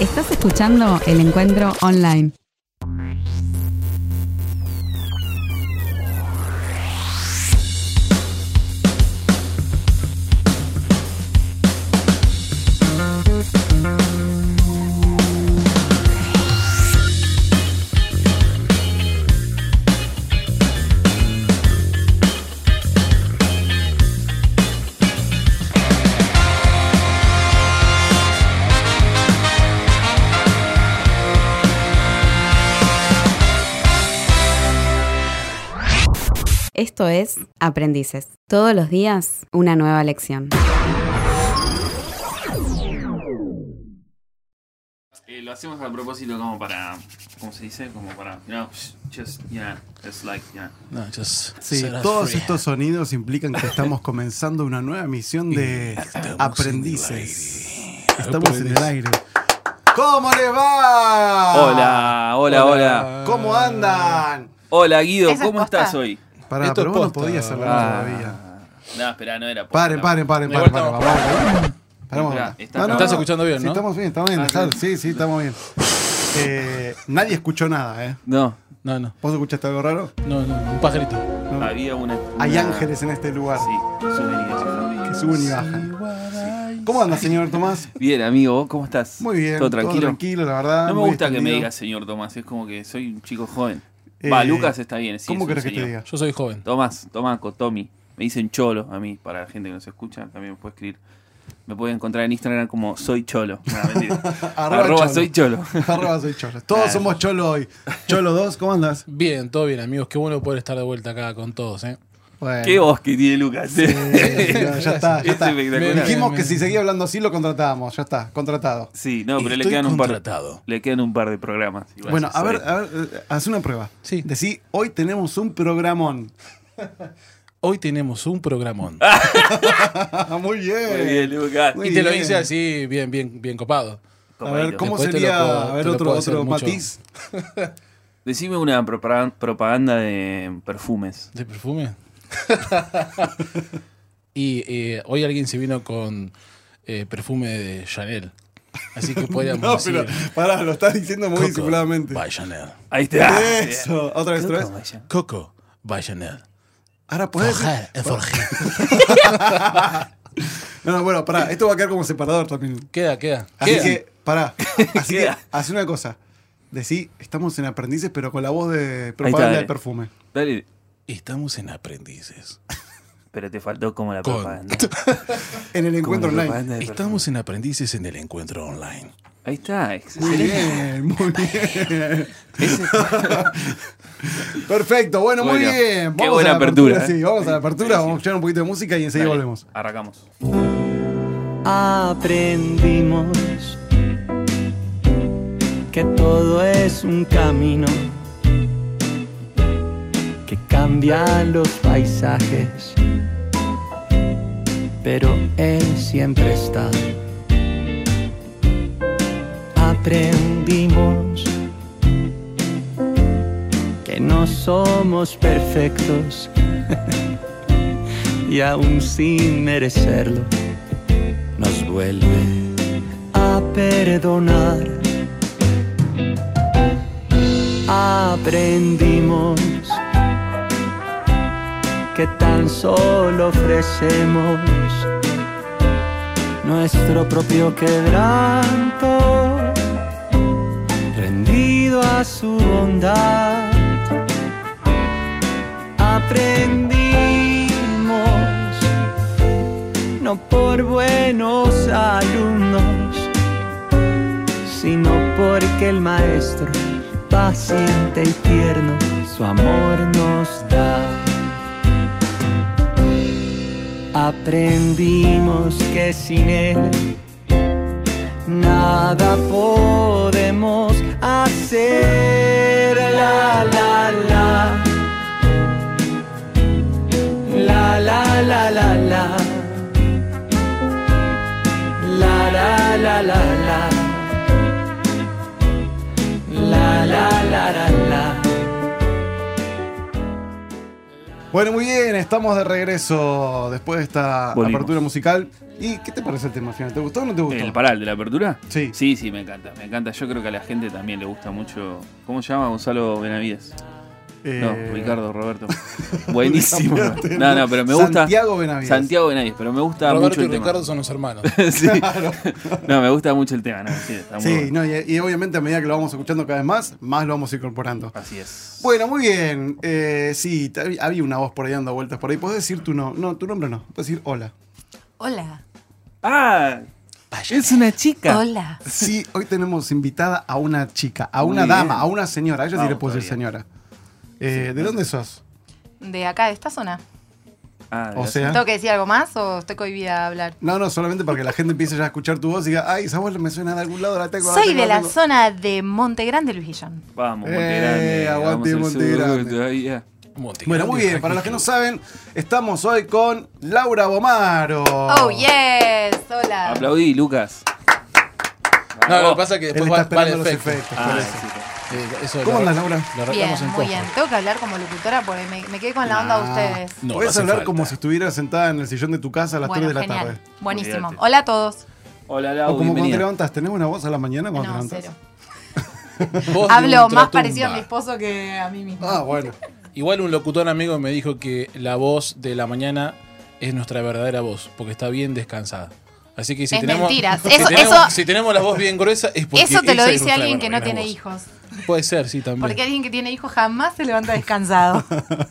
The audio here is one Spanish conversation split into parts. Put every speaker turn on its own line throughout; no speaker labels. Estás escuchando el encuentro online. Esto es Aprendices. Todos los días una nueva lección.
Eh, lo hacemos a propósito como para, ¿cómo se dice? Como para, no, just, yeah, it's like, yeah.
No, just
Sí,
set us
todos
free.
estos sonidos implican que estamos comenzando una nueva misión de aprendices. Estamos en el aire. ¿Cómo les va?
Hola,
Ah,
hola, hola.
¿Cómo andan?
Hola, Guido,
Esa es
¿cómo
posta.
estás hoy?
Para,
Esto es
pero vos no
posta.
podías hablar
Ah.
todavía.
No, espera, no era.
Paren, paren, paren,
De
paren,
vuelta
paren. Vamos, Paramos.
Mirá, está-
estás escuchando bien,
Sí,
¿no?
estamos bien, estamos bien.
Ah,
está-
sí.
sí, sí, estamos bien. Eh, nadie escuchó nada, ¿eh?
No,
No, no,
¿Vos escuchaste algo raro?
no, no, un pajarito.
No.
había una.
Hay
una-
ángeles en este lugar
Sí, suben y bajan.
que suben y bajan. ¿Cómo anda, señor Tomás?
Bien, amigo, ¿vos ¿cómo estás?
Muy bien.
¿Todo tranquilo?
la verdad.
No me
muy
gusta que me
distendido.
digas señor Tomás, es como que soy un chico joven.
Eh,
Va, Lucas está bien, sí. es
¿Cómo
un
crees que te
señor.
diga?
Yo soy joven.
Tomás, Tomaco, Tommy. Me dicen Cholo a mí, para la gente que nos escucha, también me puede escribir. Me pueden encontrar en Instagram como Soy Cholo. No, mentira.
Arroba
Arroba
Cholo.
Soy Cholo.
Arroba soy Cholo. Todos somos Cholo hoy. Cholo 2, ¿cómo andas?
Bien, todo bien, amigos. Qué bueno poder estar de vuelta acá con todos, ¿eh?
Bueno.
Qué voz que tiene Lucas. eh.
Eh, ya, ya está, ya
Es
está.
espectacular.
Dijimos
Bien,
que
bien.
si seguía hablando así lo contratábamos, ya está, contratado.
Sí, no, pero le
Estoy
quedan, un par,
contratado.
le quedan un par de programas. Igual,
Bueno,
sí,
a ver,
soy-
a ver, eh, haz una prueba.
Sí.
Decí, hoy tenemos un programón.
Hoy tenemos un programón.
Muy bien.
Muy bien, Lucas.
Ah, eh, Muy
y te lo
bien.
hice así, bien, bien, bien copado.
A
Copadito.
ver, ¿cómo
Después te
sería?
lo puedo-
a ver,
te lo
otro,
puedo hacer
otro
mucho.
matiz.
Decime una propa- propaganda de perfumes.
¿De perfume? y eh, hoy alguien se vino con eh, perfume de Chanel. Así que podríamos
No,
decir...
pero pará, lo estás diciendo muy
Coco
disimuladamente.
by Chanel.
Ahí está.
Eso, otra vez, otra vez.
Toma ya.
Coco by Chanel.
Ahora puedes.
Forjé, eh, forjé.
No, no, bueno, pará, esto va a quedar como separador también.
Queda, queda.
Así
queda.
que, pará. Así que,
Queda.
haz una cosa. Decí, estamos en aprendices, pero con la voz de
Ahí está,
propaganda
eh.
de perfume.
Dale,
Estamos en aprendices.
pero te faltó como la
Con-
propaganda.
En el
Como la
encuentro online.
propaganda de perfumes.
Estamos en aprendices en el encuentro online.
Ahí está,
Muy
excelente.
bien, muy bien.
Ese-
Perfecto, bueno, muy
Bueno,
bien.
qué buena
a la apertura.
apertura, eh.
Sí, vamos a la
Sí,
apertura,
sí.
vamos a escuchar un poquito de música y enseguida
Dale,
volvemos.
Arrancamos.
aprendimos que todo es un camino que cambia los paisajes, pero él siempre está. Aprendimos que no somos perfectos y aún sin merecerlo nos vuelve a perdonar. Aprendimos que tan solo ofrecemos nuestro propio quebranto, rendido a su bondad. Aprendimos no por buenos alumnos, sino porque el maestro, paciente y tierno, su amor nos da. Aprendimos que sin él nada podemos hacer. La la la. La la la la la. La la la la la. La la la la la.
Bueno, muy bien, estamos de regreso después de esta
Volvimos.
apertura musical. ¿Y qué te parece el tema al final? ¿Te gustó o no te gustó?
¿El paral de la apertura?
Sí.
Sí, sí, me encanta. Me encanta. Yo creo que a la gente también le gusta mucho. ¿Cómo se llama Gonzalo Benavides?
Eh,
No, Ricardo, Roberto. Buenísimo.
Cambiaste,
No, no, pero me gusta.
Santiago Benavides.
Santiago Benavides, pero me gusta
Roberto
mucho
y
el
Ricardo son los hermanos.
tema. Sí. No, me gusta mucho el tema, ¿no? Sí, está muy
Sí,
bueno.
no, y, y obviamente a medida que lo vamos escuchando cada vez más, más lo vamos incorporando.
Así es.
Bueno, muy bien. Eh, sí, te- hab- había una voz por ahí dando vueltas por ahí. Podés decir tu no, no, tu nombre no. Podés decir hola.
Hola.
¡Ah! Es una chica.
Hola.
Sí, hoy tenemos invitada a una chica, a
Muy
una
bien.
dama, a una señora. A Ella sí
Vamos
le puedo decir
todavía.
señora. Eh, ¿De dónde sos?
De acá, de esta zona.
Ah,
O
gracias.
sea,
¿Tengo que decir algo más o estoy cohibida a hablar?
no, no, solamente para que la gente empiece ya a escuchar tu voz y diga, ay, esa voz me suena de algún lado, la tengo. la
Soy
tengo,
de la
tengo".
zona de Monte Grande, Luis Guillón.
Vamos, Monte
Eh,
Grande.
aguante,
vamos al
Monte
sur,
Grande.
todavía.
Monte
Bueno,
Grande,
muy bien. Para los que no
tranquilo.
saben, estamos hoy con Laura Bomaro.
Oh, yes, hola.
Aplaudí, Lucas.
No, lo
Vamos.
que pasa es que
Él
después
está
va, va el
esperando los
efecto.
efectos.
Ah,
por eso.
sí, sí.
Eh, eso
¿Cómo
lo-
andas, Laura?
Lo
Bien,
arreglamos en
muy
post.
bien. Tengo que hablar como locutora porque me, me quedé con la onda de ustedes.
No,
Podés
no hace
hablar
falta.
como si estuvieras sentada en el sillón de tu casa a las
bueno,
3 de la
genial.
tarde.
Buenísimo.
Olvídate.
Hola a todos.
Hola, Lau,
O como cuando te
bienvenida.
levantas, ¿tenés una voz a la mañana cuando
No,
te
cero.
levantas?
Voz de
Hablo más
ultratumba.
parecido a mi esposo que a mí mismo.
Ah, bueno.
Igual un locutor amigo me dijo que la voz de la mañana es nuestra verdadera voz, porque está bien descansada. Así que si
Es
tenemos,
mentira.
si,
Eso-
tenemos
eso-
si tenemos la voz bien gruesa es porque
Eso te lo
esa es
dice
nuestra
alguien que no
verdadera
tiene
voz.
hijos.
Puede ser, sí, también.
Porque alguien que tiene hijos jamás se levanta descansado.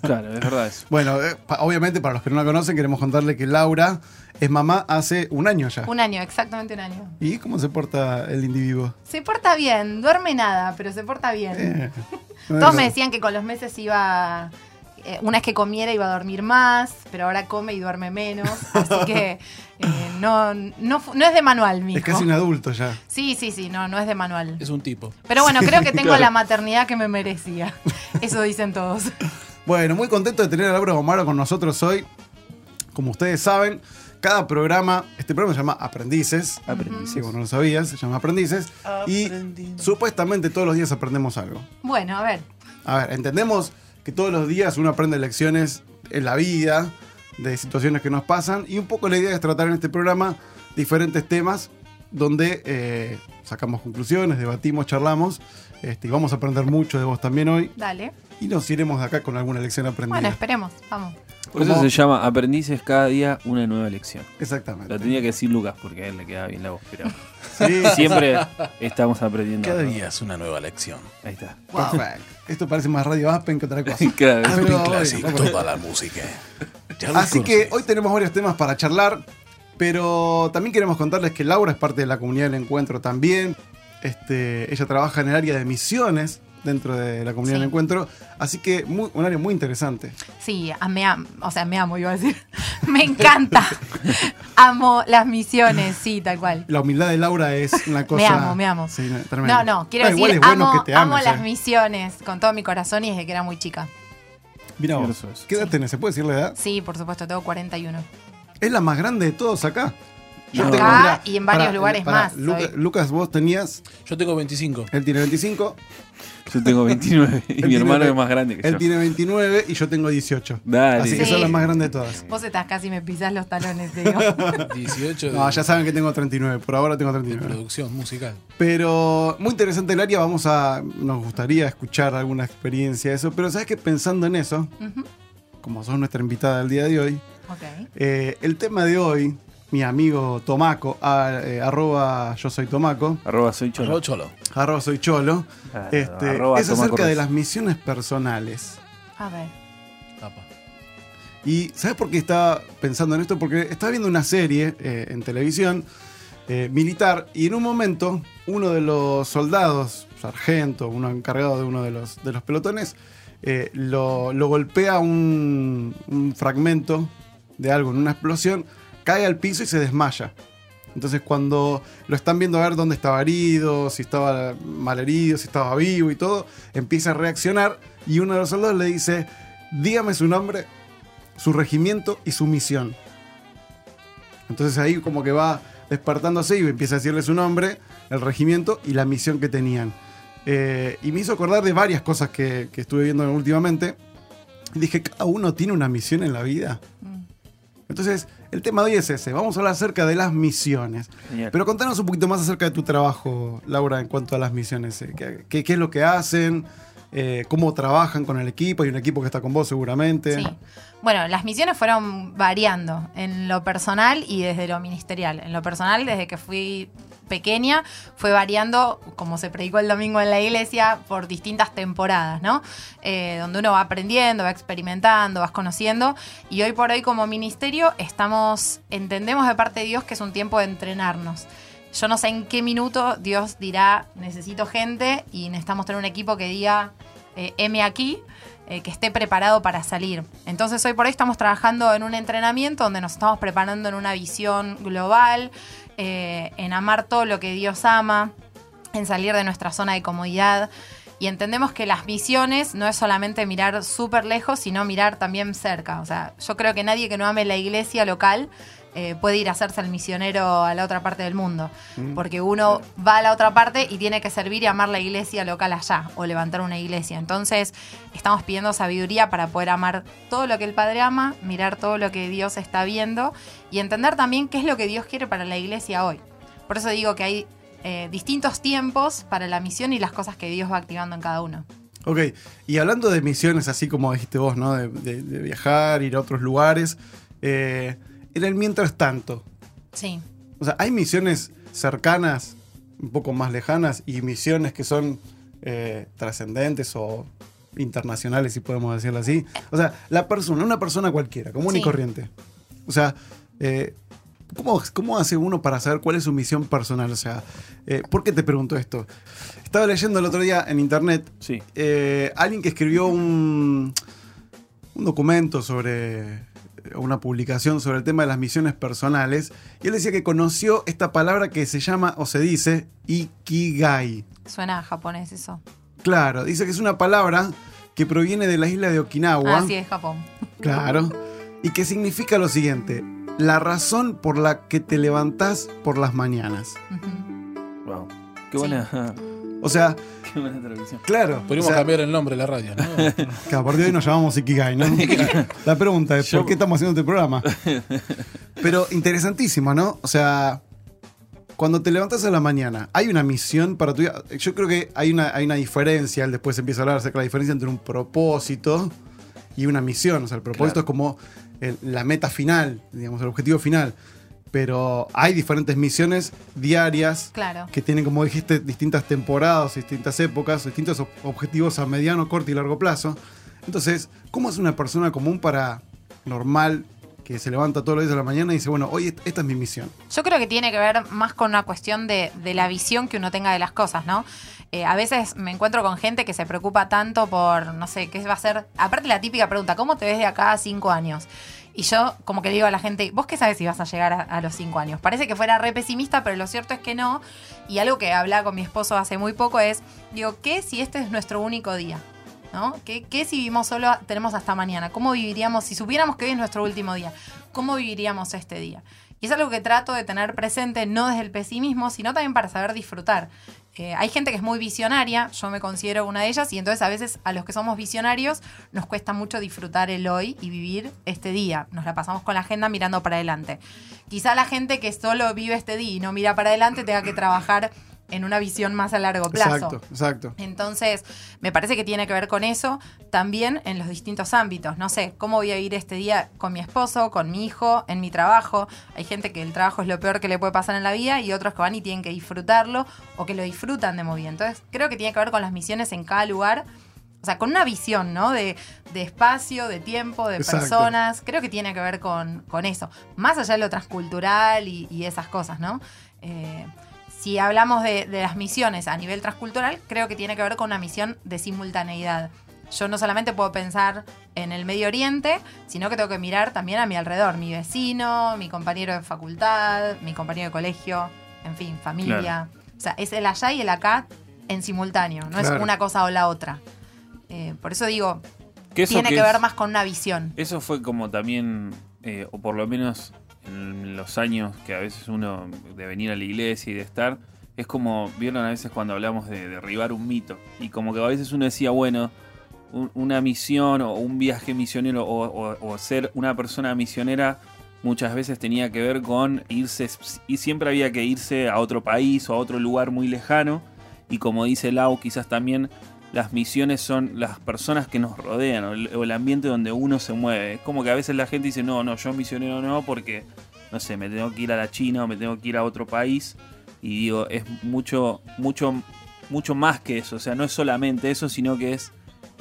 Claro, es verdad eso.
Bueno, eh, pa- obviamente para los que no la conocen, queremos contarle que Laura es mamá hace un año ya.
un año, exactamente un año.
¿Y cómo se porta el individuo?
Se porta bien, duerme nada, pero se porta bien.
Eh,
Todos me decían que con los meses iba. eh, una vez que comiera iba a dormir más, pero ahora come y duerme menos. Así que eh, no, no, fu- no es de manual, mijo.
Es casi un adulto ya.
Sí, sí, sí, no, no es de manual.
Es un tipo.
Pero bueno, creo que tengo
claro.
la maternidad que me merecía. Eso dicen todos.
Bueno, muy contento de tener a Laura Bomaro con nosotros hoy. Como ustedes saben, cada programa, este programa se llama Aprendices.
Aprendices.
Si vos no lo sabías, se llama Aprendices. Y supuestamente todos los días aprendemos algo.
Bueno, a ver.
A ver, entendemos que todos los días uno aprende lecciones en la vida, de situaciones que nos pasan, y un poco la idea es tratar en este programa diferentes temas donde eh, sacamos conclusiones, debatimos, charlamos, este, y vamos a aprender mucho de vos también hoy,
Dale.
y nos iremos de acá con alguna lección aprendida.
Bueno, esperemos. Vamos.
Por eso
Como-
se llama Aprendices cada día una nueva lección. Lo
Exactamente.
tenía que decir Lucas porque a él le quedaba bien la voz, pero
Sí,
siempre estamos aprendiendo.
Cada
algo.
día es una nueva lección.
Ahí está.
perfecto. Esto parece más Radio Aspen que otra cosa.
Claro.
Ah, Pero
Classic,
bueno, bueno.
toda la música. Ya lo
Así que
conoces.
hoy tenemos varios temas para charlar, pero también queremos contarles que Laura es parte de la comunidad del encuentro también. Este, ella trabaja en el área de misiones dentro de la comunidad
Sí.
del encuentro, así que muy- un área muy interesante.
Sí, a- me amo, o sea, me amo, iba a decir. Me encanta. Amo las misiones, sí, tal cual.
La humildad de Laura es una cosa.
Me amo, me amo.
Sí, no, tremendo.
No, no, quiero
Ah, igual
decir,
es bueno
amo,
que te
amo
ames,
las
eh.
misiones con todo mi corazón y desde que era muy chica.
Mirá vos,
Eso es.
¿Qué edad tenés? ¿Se puede decir la edad?
Sí, por supuesto, tengo 41.
Es la más grande de todos acá.
No.
tengo-
Acá
mirá,
y en varios
pará,
lugares
pará,
más,
Luca-
soy.
Lucas, vos tenías,
Yo tengo 25.
él tiene 25,
Yo tengo 29 y
Él
mi hermano
tiene-
es más grande que
él
yo.
tiene 29 y yo tengo 18.
Dale.
Así que
Sí.
son las más grandes de todas.
Vos estás casi me pisás los talones, te digo.
18 de,
No, ya saben que tengo 39, por ahora tengo
de
39.
producción musical.
Pero muy interesante el área, vamos a nos gustaría escuchar alguna experiencia de eso, pero sabes que pensando en eso,
Ujú,
como sos nuestra invitada del día de hoy,
ok.
eh, el tema de hoy, mi amigo Tomaco, a- eh, arroba yo soy Tomaco,
Arroba soy cholo.
Cholo. Cholo.
arroba soy Cholo,
Claro,
este,
arroba
es
Tomaco
acerca de
Ruiz.
las misiones personales.
A ver.
Tapa.
Y ¿sabes por qué estaba pensando en esto? Porque estaba viendo una serie eh, en televisión eh, militar y en un momento uno de los soldados, sargento, uno encargado de uno de los, de los pelotones, eh, lo, lo golpea un, un fragmento de algo en una explosión, cae al piso y se desmaya. Entonces cuando lo están viendo a ver dónde estaba herido, si estaba mal herido, si estaba vivo y todo, empieza a reaccionar y uno de los soldados le dice, dígame su nombre, su regimiento y su misión. Entonces ahí como que va despertándose y empieza a decirle su nombre, el regimiento y la misión que tenían. Eh, y me hizo acordar de varias cosas que, que estuve viendo últimamente. Y dije, cada uno tiene una misión en la vida. Entonces, el tema de hoy es ese. Vamos a hablar acerca de las misiones.
Genial.
Pero contanos un poquito más acerca de tu trabajo, Laura, en cuanto a las misiones. eh. ¿Qué, qué- qué es lo que hacen? Eh, ¿Cómo trabajan con el equipo? Hay un equipo que está con vos seguramente.
Sí. Bueno, las misiones fueron variando en lo personal y desde lo ministerial. En lo personal, desde que fui pequeña, fue variando, como se predicó el domingo en la iglesia, por distintas temporadas, ¿no? Eh, donde uno va aprendiendo, va experimentando, vas conociendo. Y hoy por hoy, como ministerio, estamos, entendemos de parte de Dios que es un tiempo de entrenarnos. Yo no sé en qué minuto Dios dirá, necesito gente y necesitamos tener un equipo que diga, eh, M aquí, eh, que esté preparado para salir. Entonces hoy por hoy estamos trabajando en un entrenamiento donde nos estamos preparando en una visión global, eh, en amar todo lo que Dios ama, en salir de nuestra zona de comodidad. Y entendemos que las misiones no es solamente mirar súper lejos, sino mirar también cerca. O sea, yo creo que nadie que no ame la iglesia local eh, puede ir a hacerse el misionero a la otra parte del mundo. Porque uno va a la otra parte y tiene que servir y amar la iglesia local allá o levantar una iglesia. Entonces, estamos pidiendo sabiduría para poder amar todo lo que el Padre ama, mirar todo lo que Dios está viendo y entender también qué es lo que Dios quiere para la iglesia hoy. Por eso digo que hay eh, distintos tiempos para la misión y las cosas que Dios va activando en cada uno.
Ok, y hablando de misiones, así como dijiste vos, ¿no? De, de- de viajar, ir a otros lugares. eh, en el mientras tanto,
Sí.
o sea, hay misiones cercanas, un poco más lejanas, y misiones que son eh, trascendentes o internacionales, si podemos decirlo así. O sea, la persona, una persona cualquiera, común y
Sí.
corriente. O sea, eh, ¿cómo, cómo hace uno para saber cuál es su misión personal? O sea, eh, ¿por qué te pregunto esto? Estaba leyendo el otro día en internet
Sí.
eh, alguien que escribió un, un documento sobre o una publicación sobre el tema de las misiones personales y él decía que conoció esta palabra que se llama o se dice ikigai.
Suena a japonés eso.
Claro, dice que es una palabra que proviene de la isla de Okinawa.
Ah, sí, es Japón.
Claro. Y que significa lo siguiente, la razón por la que te levantás por las mañanas.
Ujú.
Wow. Qué buena,
O sea,
qué buena traducción.
claro.
Podríamos
o sea,
cambiar el nombre de la radio, ¿no?
Que a partir de hoy nos llamamos Ikigai, ¿no? La pregunta es, ¿por
Yo-
qué estamos haciendo este programa? Pero interesantísimo, ¿no? O sea, cuando te levantas a la mañana, ¿hay una misión para tu vida? Yo creo que hay una, hay una diferencia, él después empieza a hablar acerca de la diferencia entre un propósito y una misión. O sea, el propósito
Claro.
es como el- la meta final, digamos, el objetivo final. Pero hay diferentes misiones diarias
Claro.
que tienen, como dijiste, distintas temporadas, distintas épocas, distintos ob- objetivos a mediano, corto y largo plazo. Entonces, ¿cómo es una persona común para normal que se levanta todos los días a la mañana y dice, bueno, hoy est- esta es mi misión?
Yo creo que tiene que ver más con una cuestión de, de la visión que uno tenga de las cosas, ¿no? Eh, a veces me encuentro con gente que se preocupa tanto por, no sé, qué va a ser. Aparte, la típica pregunta, ¿cómo te ves de acá a cinco años? Y yo, como que le digo a la gente, ¿vos qué sabes si vas a llegar a, a los cinco años? Parece que fuera re pesimista, pero lo cierto es que no. Y algo que hablaba con mi esposo hace muy poco es, digo, ¿qué si este es nuestro único día? ¿no? ¿Qué, qué si vivimos solo, tenemos hasta mañana? ¿Cómo viviríamos si supiéramos que hoy es nuestro último día? ¿Cómo viviríamos este día? Y es algo que trato de tener presente, no desde el pesimismo, sino también para saber disfrutar. Eh, hay gente que es muy visionaria, yo me considero una de ellas, y entonces a veces a los que somos visionarios nos cuesta mucho disfrutar el hoy y vivir este día. Nos la pasamos con la agenda mirando para adelante. Quizá la gente que solo vive este día y no mira para adelante tenga que trabajar en una visión más a largo plazo.
Exacto, exacto.
Entonces, me parece que tiene que ver con eso también en los distintos ámbitos. No sé, cómo voy a vivir este día con mi esposo, con mi hijo, en mi trabajo. Hay gente que el trabajo es lo peor que le puede pasar en la vida y otros que van y tienen que disfrutarlo o que lo disfrutan de muy bien. Entonces, creo que tiene que ver con las misiones en cada lugar. O sea, con una visión, ¿no? De, de espacio, de tiempo, de
Exacto.
personas. Creo que tiene que ver con, con eso. Más allá de lo transcultural y, y esas cosas, ¿no? Eh, si hablamos de, de las misiones a nivel transcultural, creo que tiene que ver con una misión de simultaneidad. Yo no solamente puedo pensar en el Medio Oriente, sino que tengo que mirar también a mi alrededor, mi vecino, mi compañero de facultad, mi compañero de colegio, en fin, familia.
Claro.
O sea, es el allá y el acá en simultáneo, no es
Claro.
una cosa o la otra. Eh, por eso digo,
Que eso
tiene que
es-
ver más con una visión.
Eso fue como también, eh, o por lo menos en los años que a veces uno de venir a la iglesia y de estar, es como, vieron a veces cuando hablamos de derribar un mito, y como que a veces uno decía, bueno, un- una misión o un viaje misionero o, o- o ser una persona misionera muchas veces tenía que ver con irse, y siempre había que irse a otro país o a otro lugar muy lejano. Y como dice Lau, quizás también las misiones son las personas que nos rodean o el, o el ambiente donde uno se mueve. Es como que a veces la gente dice, no, no, yo misionero no, porque, no sé, me tengo que ir a la China o me tengo que ir a otro país. Y digo, es mucho, mucho, mucho más que eso. O sea, no es solamente eso, sino que es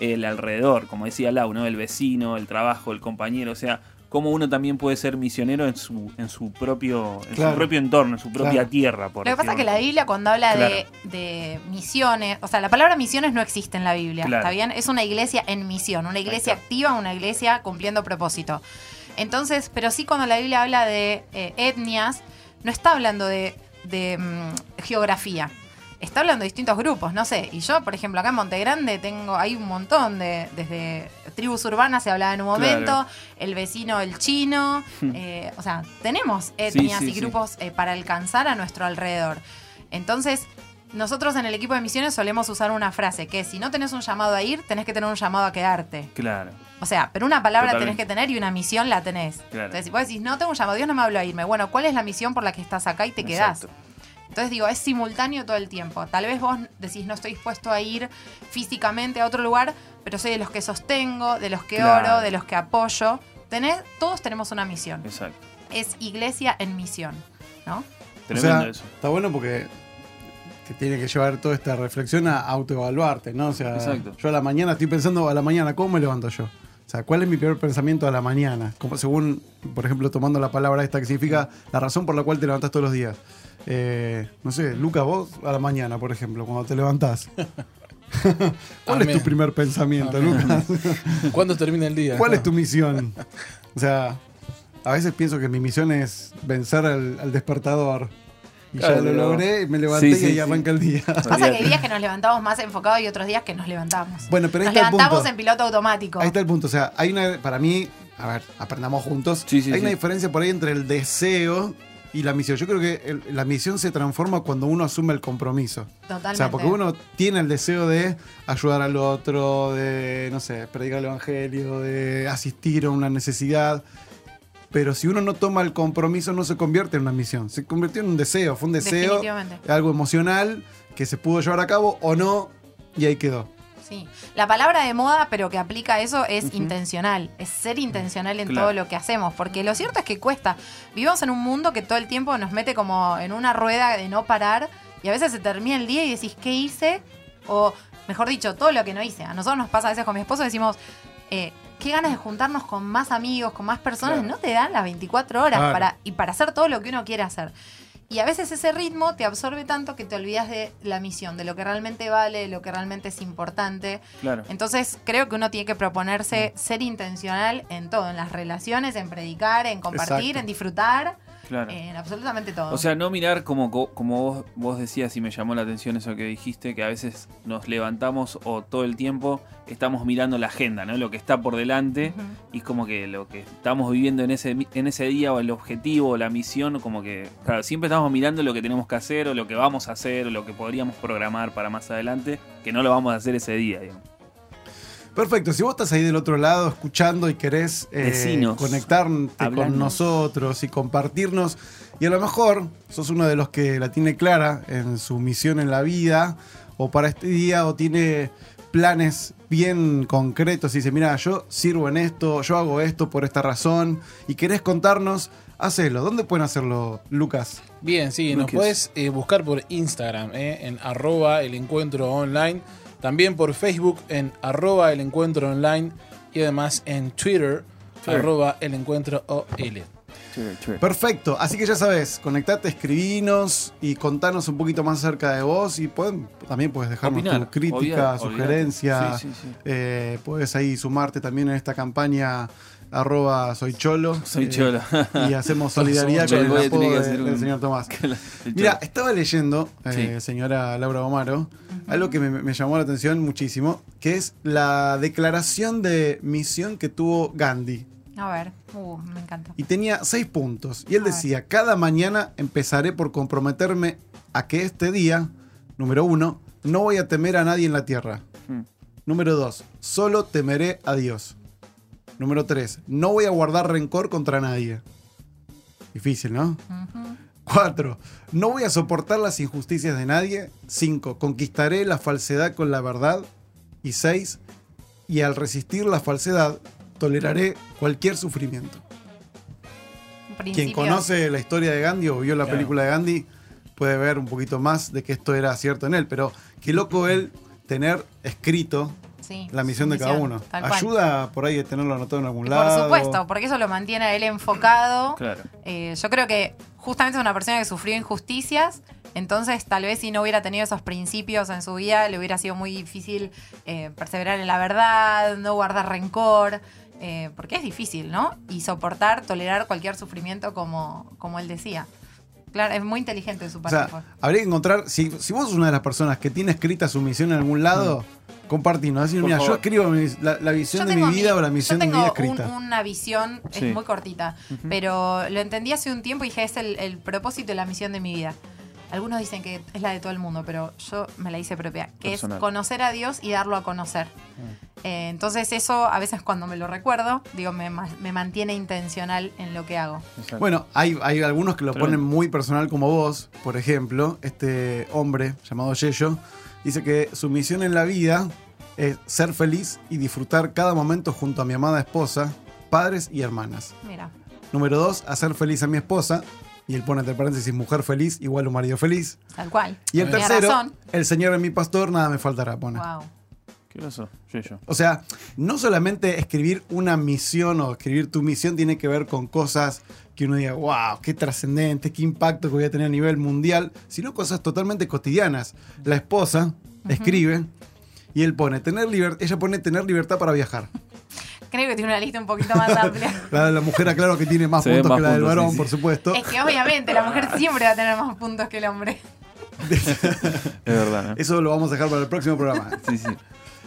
el alrededor, como decía Lau, ¿no? El vecino, el trabajo, el compañero. O sea, cómo uno también puede ser misionero en su, en su propio, en
Claro.
su propio entorno, en su propia
Claro.
tierra. Por
Lo que pasa es que
decirlo.
la Biblia cuando habla de, de misiones, o sea, la palabra misiones no existe en la Biblia,
Claro.
¿está bien? Es una iglesia en misión, una iglesia
Ahí está.
activa, una iglesia cumpliendo propósito. Entonces, pero sí cuando la Biblia habla de eh, etnias, no está hablando de, de, mm, geografía. Está hablando de distintos grupos, no sé. Y yo, por ejemplo, acá en Monte Grande tengo, hay un montón de, desde tribus urbanas se hablaba en un momento,
Claro. Hmm.
el vecino, el chino, eh, o sea, tenemos etnias
sí,
y
sí.
grupos eh, para alcanzar a nuestro alrededor. Entonces, nosotros en el equipo de misiones solemos usar una frase que es, si no tenés un llamado a ir, tenés que tener un llamado a quedarte.
Claro.
O sea, pero una palabra
Totalmente.
tenés que tener y una misión la tenés.
Claro.
Entonces, si vos decís, no tengo un llamado, Dios no me habló a irme. Bueno, ¿cuál es la misión por la que estás acá y te quedás?
Exacto.
Entonces digo, es simultáneo todo el tiempo. Tal vez vos decís, no estoy dispuesto a ir físicamente a otro lugar, pero soy de los que sostengo, de los que
Claro.
oro, de los que apoyo. Tenés, todos tenemos una misión.
Exacto.
Es iglesia en misión, ¿no?
O
Tremendo
sea,
eso.
está bueno porque te tiene que llevar toda esta reflexión a autoevaluarte, ¿no? O sea,
Exacto.
yo a la mañana estoy pensando a la mañana, ¿cómo me levanto yo? O sea, ¿cuál es mi peor pensamiento a la mañana? Como según, por ejemplo, tomando la palabra esta que significa la razón por la cual te levantás todos los días. Eh, no sé, Luca, vos a la mañana, por ejemplo, cuando te levantás. ¿Cuál es
Amén.
tu primer pensamiento, Lucas?
¿Cuándo termina el día?
¿Cuál es tu misión? O sea, a veces pienso que mi misión es vencer al, al despertador. Y
Claro,
ya lo
pero-
logré, y me
Sí,
levanté
sí,
y ahí
sí.
arranca el día.
Pasa que hay días que nos levantamos más enfocados y otros días que nos levantamos.
Bueno, pero ahí
nos
está el
levantamos
punto.
en piloto automático.
Ahí está el punto. O sea, hay una. Para mí, a ver, aprendamos juntos.
Sí, sí,
hay una
sí.
diferencia por ahí entre el deseo y la misión. Yo creo que el- la misión se transforma cuando uno asume el compromiso.
Totalmente.
O sea, porque uno tiene el deseo de ayudar al otro, de, no sé, predicar el evangelio, de asistir a una necesidad. Pero si uno no toma el compromiso, no se convierte en una misión. Se convirtió en un deseo. Fue un deseo,
Definitivamente.
algo emocional, que se pudo llevar a cabo o no, y ahí quedó.
Sí. La palabra de moda, pero que aplica eso, es intencional. Es ser intencional en
Claro.
todo lo que hacemos. Porque lo cierto es que cuesta. Vivimos en un mundo que todo el tiempo nos mete como en una rueda de no parar. Y a veces se termina el día y decís, ¿qué hice? O, mejor dicho, todo lo que no hice. A nosotros nos pasa a veces con mi esposo, decimos, eh, qué ganas de juntarnos con más amigos, con más personas.
Claro.
No te dan las 24 horas
Claro.
para, y para hacer todo lo que uno quiere hacer. Y a veces ese ritmo te absorbe tanto que te olvidas de la misión, de lo que realmente vale, de lo que realmente es importante.
Claro.
Entonces creo que uno tiene que proponerse ser intencional en todo, en las relaciones, en predicar, en compartir,
Exacto.
en disfrutar,
Claro.
en absolutamente todo.
O sea, no mirar como, co- como vos, vos decías y me llamó la atención eso que dijiste, que a veces nos levantamos o todo el tiempo estamos mirando la agenda, ¿no? Lo que está por delante
Ujú.
y como que lo que estamos viviendo en ese, mi- en ese día o el objetivo o la misión, como que, claro, siempre estamos mirando lo que tenemos que hacer o lo que vamos a hacer o lo que podríamos programar para más adelante, que no lo vamos a hacer ese día, digamos.
Perfecto, si vos estás ahí del otro lado escuchando y querés eh,
Decinos.
conectarte
Hablanos.
con nosotros y compartirnos, y a lo mejor sos uno de los que la tiene clara en su misión en la vida, o para este día, o tiene planes bien concretos y dice, mira, yo sirvo en esto, yo hago esto por esta razón, y querés contarnos, hacelo. ¿Dónde pueden hacerlo, Lucas?
Bien, sí, nos
Lucas.
puedes eh, buscar por Instagram, eh, en arroba el encuentro online, también por Facebook en arroba el encuentro online y además en Twitter,
Twitter.
arroba el encuentro OL.
Perfecto, así que ya sabes, conectate, escribinos y contanos un poquito más acerca de vos y pueden, también puedes dejarnos
Opinar,
tu crítica,
obviar,
sugerencia,
olvidate. Sí, sí, sí.
eh, puedes ahí sumarte también en esta campaña arroba soy cholo
Soy
eh,
cholo.
y hacemos solidaridad
Somos
con
cholo. Voy
el
a tener
apodo
que
de-
hacer
del
un-
señor Tomás.
El
Mira,
cholo.
estaba leyendo, eh, señora Laura Omaro, algo que me, me llamó la atención muchísimo, que es la declaración de misión que tuvo Gandhi.
A ver, uh, me encanta.
Y tenía seis puntos. Y él
A ver.
decía, cada mañana empezaré por comprometerme a que este día, número uno, no voy a temer a nadie en la tierra.
Mm.
Número 2. Solo temeré a Dios. Número 3. No voy a guardar rencor contra nadie. Difícil, ¿no?
Ujú.
4. No voy a soportar las injusticias de nadie. 5. Conquistaré la falsedad con la verdad. Y 6. Y al resistir la falsedad, toleraré cualquier sufrimiento. Quien
Principios.
conoce la historia de Gandhi o vio la
Claro.
película de Gandhi puede ver un poquito más de que esto era cierto en él. Pero qué loco él tener escrito
Sí,
la misión de
su
cada uno.
tal cual.
Ayuda por ahí de tenerlo anotado en algún
Por
lado.
supuesto, porque eso lo mantiene a él enfocado.
Claro.
Eh, yo creo que justamente es una persona que sufrió injusticias, entonces tal vez si no hubiera tenido esos principios en su vida, le hubiera sido muy difícil eh, perseverar en la verdad, no guardar rencor, eh, porque es difícil, ¿no? Y soportar, tolerar cualquier sufrimiento como, como él decía. Claro, es muy inteligente de su
O
parte. fue.
sea, habría que encontrar, si, si vos sos una de las personas que tiene escrita su misión en algún lado, compartirnos. Decir,
Mm. Por
mira, yo
favor.
escribo mi- la, la visión de mi
tengo
vida o la
yo
misión de mi
tengo
vida
un-
escrita.
una visión, es
Sí.
muy cortita, pero lo entendí hace un tiempo y dije, es el, el propósito y la misión de mi vida. Algunos dicen que es la de todo el mundo, pero yo me la hice propia, que
Personal.
es conocer a Dios y darlo a conocer.
Ah.
Eh, entonces eso a veces cuando me lo recuerdo, digo, me, ma- me mantiene intencional en lo que hago.
Exacto.
Bueno, hay, hay algunos que lo
Tremendo.
ponen muy personal como vos, por ejemplo, este hombre llamado Yello, dice que su misión en la vida es ser feliz y disfrutar cada momento junto a mi amada esposa, padres y hermanas.
Mira,
Número dos, hacer feliz a mi esposa, y él pone entre paréntesis mujer feliz igual un marido feliz.
tal cual.
Y el
Tenía
tercero,
razón.
el Señor es mi pastor, nada me faltará, pone.
Wow.
¿Qué pasó? Yo, yo.
O sea, no solamente escribir una misión o escribir tu misión tiene que ver con cosas que uno diga, wow, qué trascendente, qué impacto que voy a tener a nivel mundial, sino cosas totalmente cotidianas. La esposa escribe y él pone, tener liber- ella pone tener libertad para viajar.
Creo que tiene una lista un poquito más amplia.
La, la mujer, aclaro que tiene más
Se ven
puntos
más
que la del
puntos,
varón,
sí, sí.
por supuesto.
Es que obviamente la mujer siempre va a tener más puntos que el hombre.
Es verdad, ¿eh? ¿no?
Eso lo vamos a dejar para el próximo programa.
Sí, sí.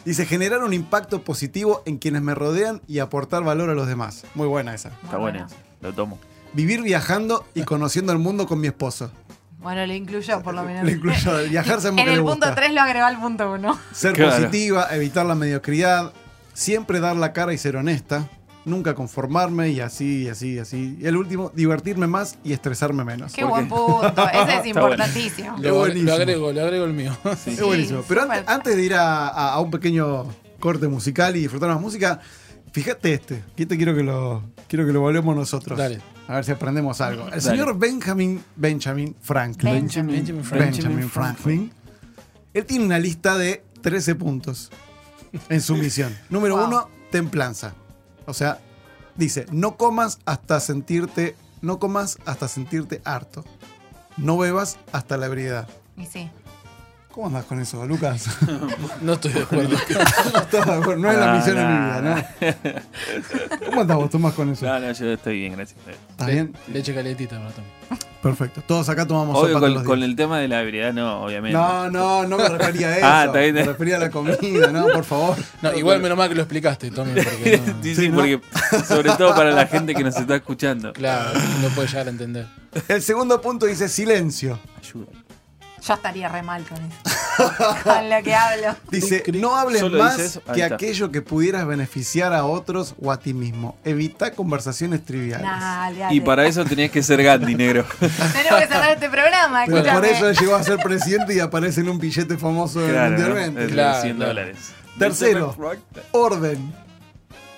Dice, generar un impacto positivo en quienes me rodean y aportar valor a los demás. Muy buena esa.
Está
Muy bueno.
bueno. eso. Lo tomo.
Vivir viajando y conociendo el mundo con mi esposo.
Bueno, lo incluyó por lo menos.
Le incluyo viajar sabemos
En
que
el
le
punto
gusta.
3 lo agregó al punto 1.
Ser
Claro.
positiva, evitar la mediocridad, siempre dar la cara y ser honesta, nunca conformarme y así, y así, y así. Y el último, divertirme más y estresarme menos.
Qué buen punto. Ese es importantísimo.
Qué
Lo,
buenísimo.
lo agrego, lo agrego el mío.
es
sí,
buenísimo. Pero ante-
súper.
antes de ir a, a- a un pequeño corte musical y disfrutar más música, fíjate este. que te quiero que lo, quiero que lo volvemos nosotros.
Dale.
A ver si aprendemos algo. El señor Benjamin, Benjamin Franklin.
Benjamin.
Benjamin Franklin.
Benjamin Franklin. Él tiene una lista de 13 puntos en su misión. Número
Wow.
uno, templanza. O sea, dice, no comas hasta sentirte, no comas hasta sentirte harto. No bebas hasta la ebriedad.
Y sí.
¿Cómo andas con eso, Lucas?
No estoy de acuerdo.
no, estás de acuerdo, no es la
No,
misión en mi
no,
vida, ¿no? ¿Cómo andás vos, Tomás, con eso?
No, no, yo estoy bien, gracias.
¿Estás bien?
Leche calentita, Martón.
Perfecto. Todos acá tomamos
Obvio,
sopa todos
con,
los
con
días.
el tema de la habilidad, no, obviamente.
No, no, no me refería a eso.
Ah, está bien.
Me refería a la comida, no, por favor.
No, igual menos mal que lo explicaste, Tommy, porque no-
sí, sí,
Sí, ¿no?
porque sobre todo para la gente que nos está escuchando.
claro, no puede llegar a entender.
El segundo punto dice silencio.
Ayuda.
Yo estaría re mal con eso. con lo que hablo.
Dice, no hables
Solo
más
dice eso. Ahí
que
está.
aquello que pudieras beneficiar a otros o a ti mismo. Evita conversaciones triviales.
Nah, olvídate.
Y para eso tenías que ser Gandhi, negro.
Tenemos que cerrar este programa.
Pero por
escúchame.
eso llegó a ser presidente y aparece en un billete famoso
Claro, ¿no?
mundialmente.
Es de
Claro,
100
claro.
dólares.
Tercero. Orden.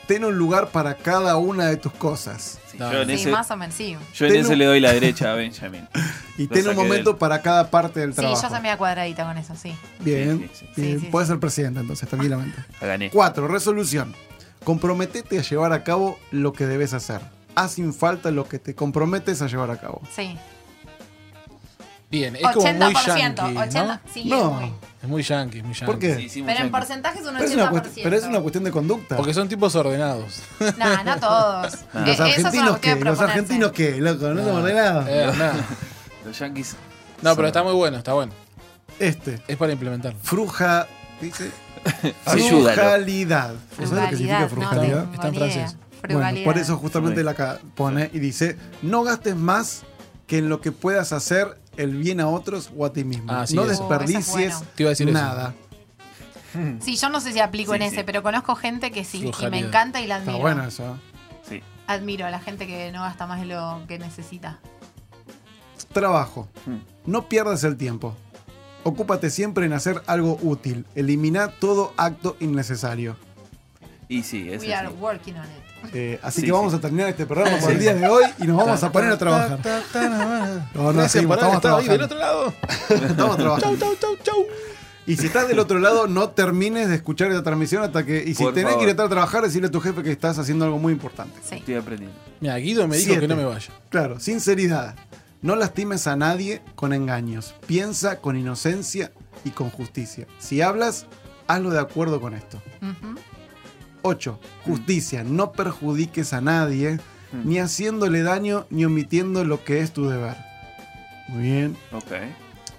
Ten un lugar para cada una de tus cosas.
Sí,
No.
yo en,
Sí,
ese,
más o menos. Sí,
yo en
Ten
ese
un-
le doy la derecha a Benjamin.
Y
Lo
ten un
saqué
momento
de él.
para cada parte del
sí
trabajo.
yo se me da cuadradita con eso, sí.
Bien.
Sí, sí,
sí.
bien.
Sí, sí,
Puedes ser presidente entonces, tranquilamente.
La gané.
Cuatro, Resolución. Comprometete a llevar a cabo lo que debes hacer. Haz sin falta lo que te comprometes a llevar a cabo.
Sí.
Bien, es como muy
80%.
yankee, ¿no?
80, Sí,
No.
es muy-
Es muy yankee, muy yankee.
¿Por qué?
Sí, hicimos
Pero en
yankee.
porcentaje es un 80%.
Pero es, una cuest- pero es una cuestión de conducta.
Porque son tipos ordenados.
No, no todos.
Los
Eh,
los
eso es una
argentinos
cuestión
que,
de
los
proponerse.
argentinos que, loco, no somos de nada.
Eh, nada.
Los yankees.
No, pero
son-
está muy bueno, está bueno.
Este,
Es para implementarlo.
fruja, dice,
Ayúdalo.
frugalidad. ¿Sabes lo que significa
Frugalidad. No,
frugalidad?
tengo
Está en
ni
francés.
idea.
Bueno,
Frugalidad.
por eso justamente la ca- pone y dice, no gastes más que en lo que puedas hacer el bien a otros o a ti mismo.
Así
no
es.
Oh, esa es
desperdicies
buena.
Te iba a decir eso.
nada.
Sí, yo no sé si aplico
Sí,
en
sí.
ese, pero conozco gente que sí, y me
Flujalidad.
encanta y la
Está
admiro.
bueno eso. ¿eh?
Sí.
Admiro a la gente que no gasta más de lo que necesita.
Trabajo.
Hmm.
Mm.
No pierdas el tiempo. Ocúpate siempre en hacer algo útil. Elimina todo acto innecesario.
Y sí, ese
We are
sí.
working on it.
Eh, así
Sí,
que vamos
sí.
a terminar este programa por el día de hoy y nos vamos a poner a trabajar. No, no,
Gracias
sí,
por haber
estamos
estado ahí del
trabajando.
otro lado.
Estamos
Chau,
trabajando.
chau, chau, chau.
Y si estás del otro lado, no termines de escuchar esta transmisión hasta que. Y si
Por
tenés que
favor.
ir a trabajar, decirle a tu jefe que estás haciendo algo muy importante.
Sí.
Estoy aprendiendo.
Mira, Guido me dijo
Siete.
que no me vaya.
Claro, sinceridad. No lastimes a nadie con engaños. Piensa con inocencia y con justicia. Si hablas, hazlo de acuerdo con esto.
Ujú.
8. Justicia. No perjudiques a nadie,
Mm.
ni haciéndole daño, ni omitiendo lo que es tu deber. Muy bien.
Ok.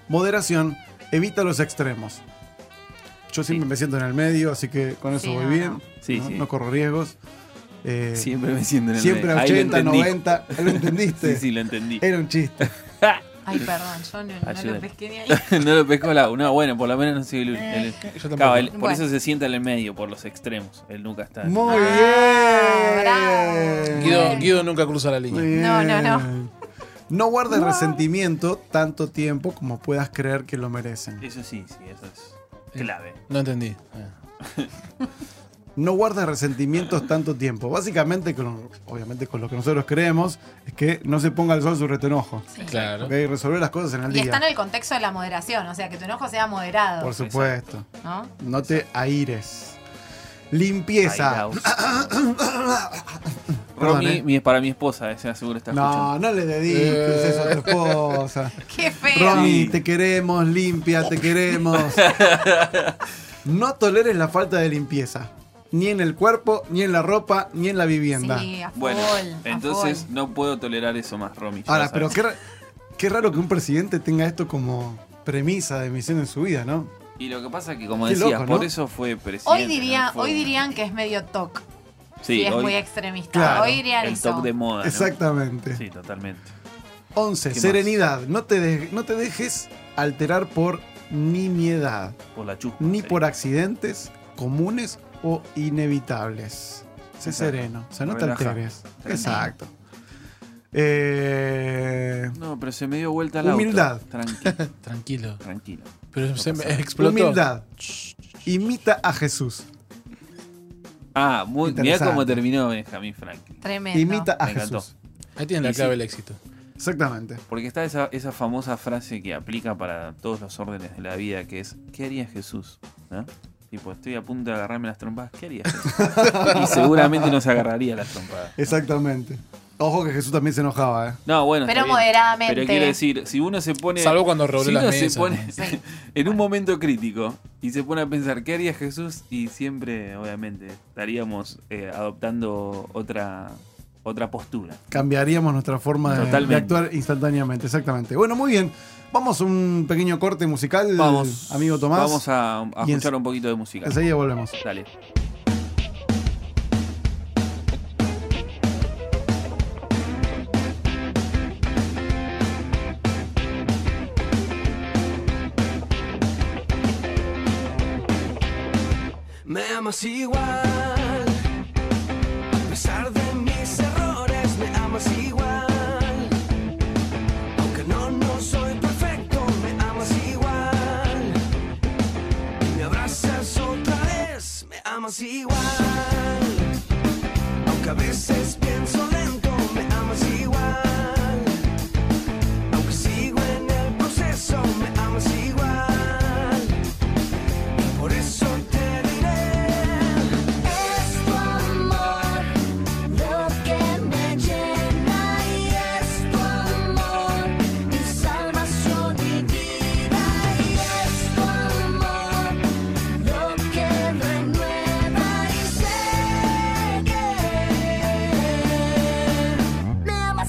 Moderación. Evita los extremos. Yo siempre
Sí.
me siento en el medio, así que con eso
Sí,
voy
no,
bien.
no.
Sí,
no,
sí.
no corro riesgos. Eh,
Siempre me siento en el
siempre
medio. Ahí lo
80,
entendí.
90. ¿Lo entendiste?
Sí, sí, lo entendí. Ah,
Era un chiste.
Ay, perdón, yo no, no
Ayuda.
lo pesqué ni ahí.
no lo pescó la. No, bueno, por lo menos no sigue el, el-
Yo tampoco.
Claro, él- por
Bueno.
eso se sienta en el medio, por los extremos. Él nunca está.
Muy
Ah,
bien.
Guido, Guido nunca cruza la
Muy
línea.
bien.
No, no,
No guardes resentimiento tanto tiempo como puedas creer que lo merecen.
Eso sí, sí, eso es clave.
No entendí. Ah.
No guardes resentimientos tanto tiempo. Básicamente, con, obviamente con lo que nosotros creemos, es que no se ponga el sol sobre tu enojo.
Sí.
Claro.
¿ok? Resolver las cosas en el
Y está
día.
en el contexto de la moderación, o sea, que tu enojo sea moderado.
Por supuesto.
¿no?
No te aires.
Ahí la
Limpieza.
usa.
Perdón,
Romy,
¿eh?
mi- para mi esposa, se aseguro está escuchando.
No, no le dediques
Eh.
eso a tu esposa.
Qué feo.
Romy,
Sí.
te queremos, limpia, te queremos. No toleres la falta de limpieza. Ni en el cuerpo, ni en la ropa, ni en la vivienda.
Sí, a full,
Bueno,
a
entonces
full.
no puedo tolerar eso más, Romy. ya
Ahora,
lo
pero
sabes.
qué, ra- qué raro que un presidente tenga esto como premisa de misión en su vida, ¿no?
Y lo que pasa es que, como
Qué
decías,
loco, ¿no?
por eso fue presidente.
Hoy, diría,
¿no? Fue
hoy
un-
dirían que es medio toc,
Sí,
si es
hoy
muy extremista.
Claro,
hoy dirían
el
eso.
toque de moda. ¿no?
Exactamente.
Sí, totalmente.
11.
¿Qué más?
Serenidad. No te, de- no te dejes alterar por nimiedad,
Por la chusma.
ni
sería.
por accidentes comunes o inevitables. Sé
Exacto.
sereno, o sea, no te
Relaja.
alteres. Exacto. Eh,
No, pero se me dio vuelta la
Humildad.
Tranquilo,
Tranquilo.
tranquilo.
Pero se me
pasa nada.
explotó.
Humildad. Imita a Jesús.
Ah, muy, mirá
Interesante.
cómo terminó Benjamín Franklin.
Tremendo.
Imita a
Me encantó.
Jesús.
Ahí tienes la
Y sí.
clave del éxito.
Exactamente.
Porque está esa, esa famosa frase que aplica para todos los órdenes de la vida, que es, ¿qué haría Jesús? ¿No? Tipo, estoy a punto de agarrarme las trompadas, ¿qué haría Jesús? y seguramente no se agarraría las trompadas.
Exactamente. Ojo que Jesús también se enojaba, ¿eh?
No, bueno.
Pero
está bien.
moderadamente.
Pero quiero decir, si uno se pone...
Salvo cuando revolé
si
las
uno se
mesas,
pone
¿no?
Sí.
en un momento crítico y se pone a pensar, ¿qué haría Jesús? Y siempre, obviamente, estaríamos eh, adoptando otra, otra postura.
Cambiaríamos nuestra forma de- de,
Totalmente.
actuar instantáneamente. Exactamente. Bueno, muy bien. Vamos a un pequeño corte musical,
Vamos,
amigo Tomás.
Vamos a, a
Y en-
escuchar un poquito de música.
Enseguida volvemos.
Dale.
Me amas igual, a pesar de mis errores, me amas igual. Aunque no, no soy perfecto, me amas igual. Y me abrazas otra vez, me amas igual. Aunque a veces pienso lento, me amas igual. Aunque sigo en el proceso, me amas igual. Por eso te diré
Es tu amor lo que me llena y es tu amor mi salvación y vida y es tu amor lo que renueva y sé que me amas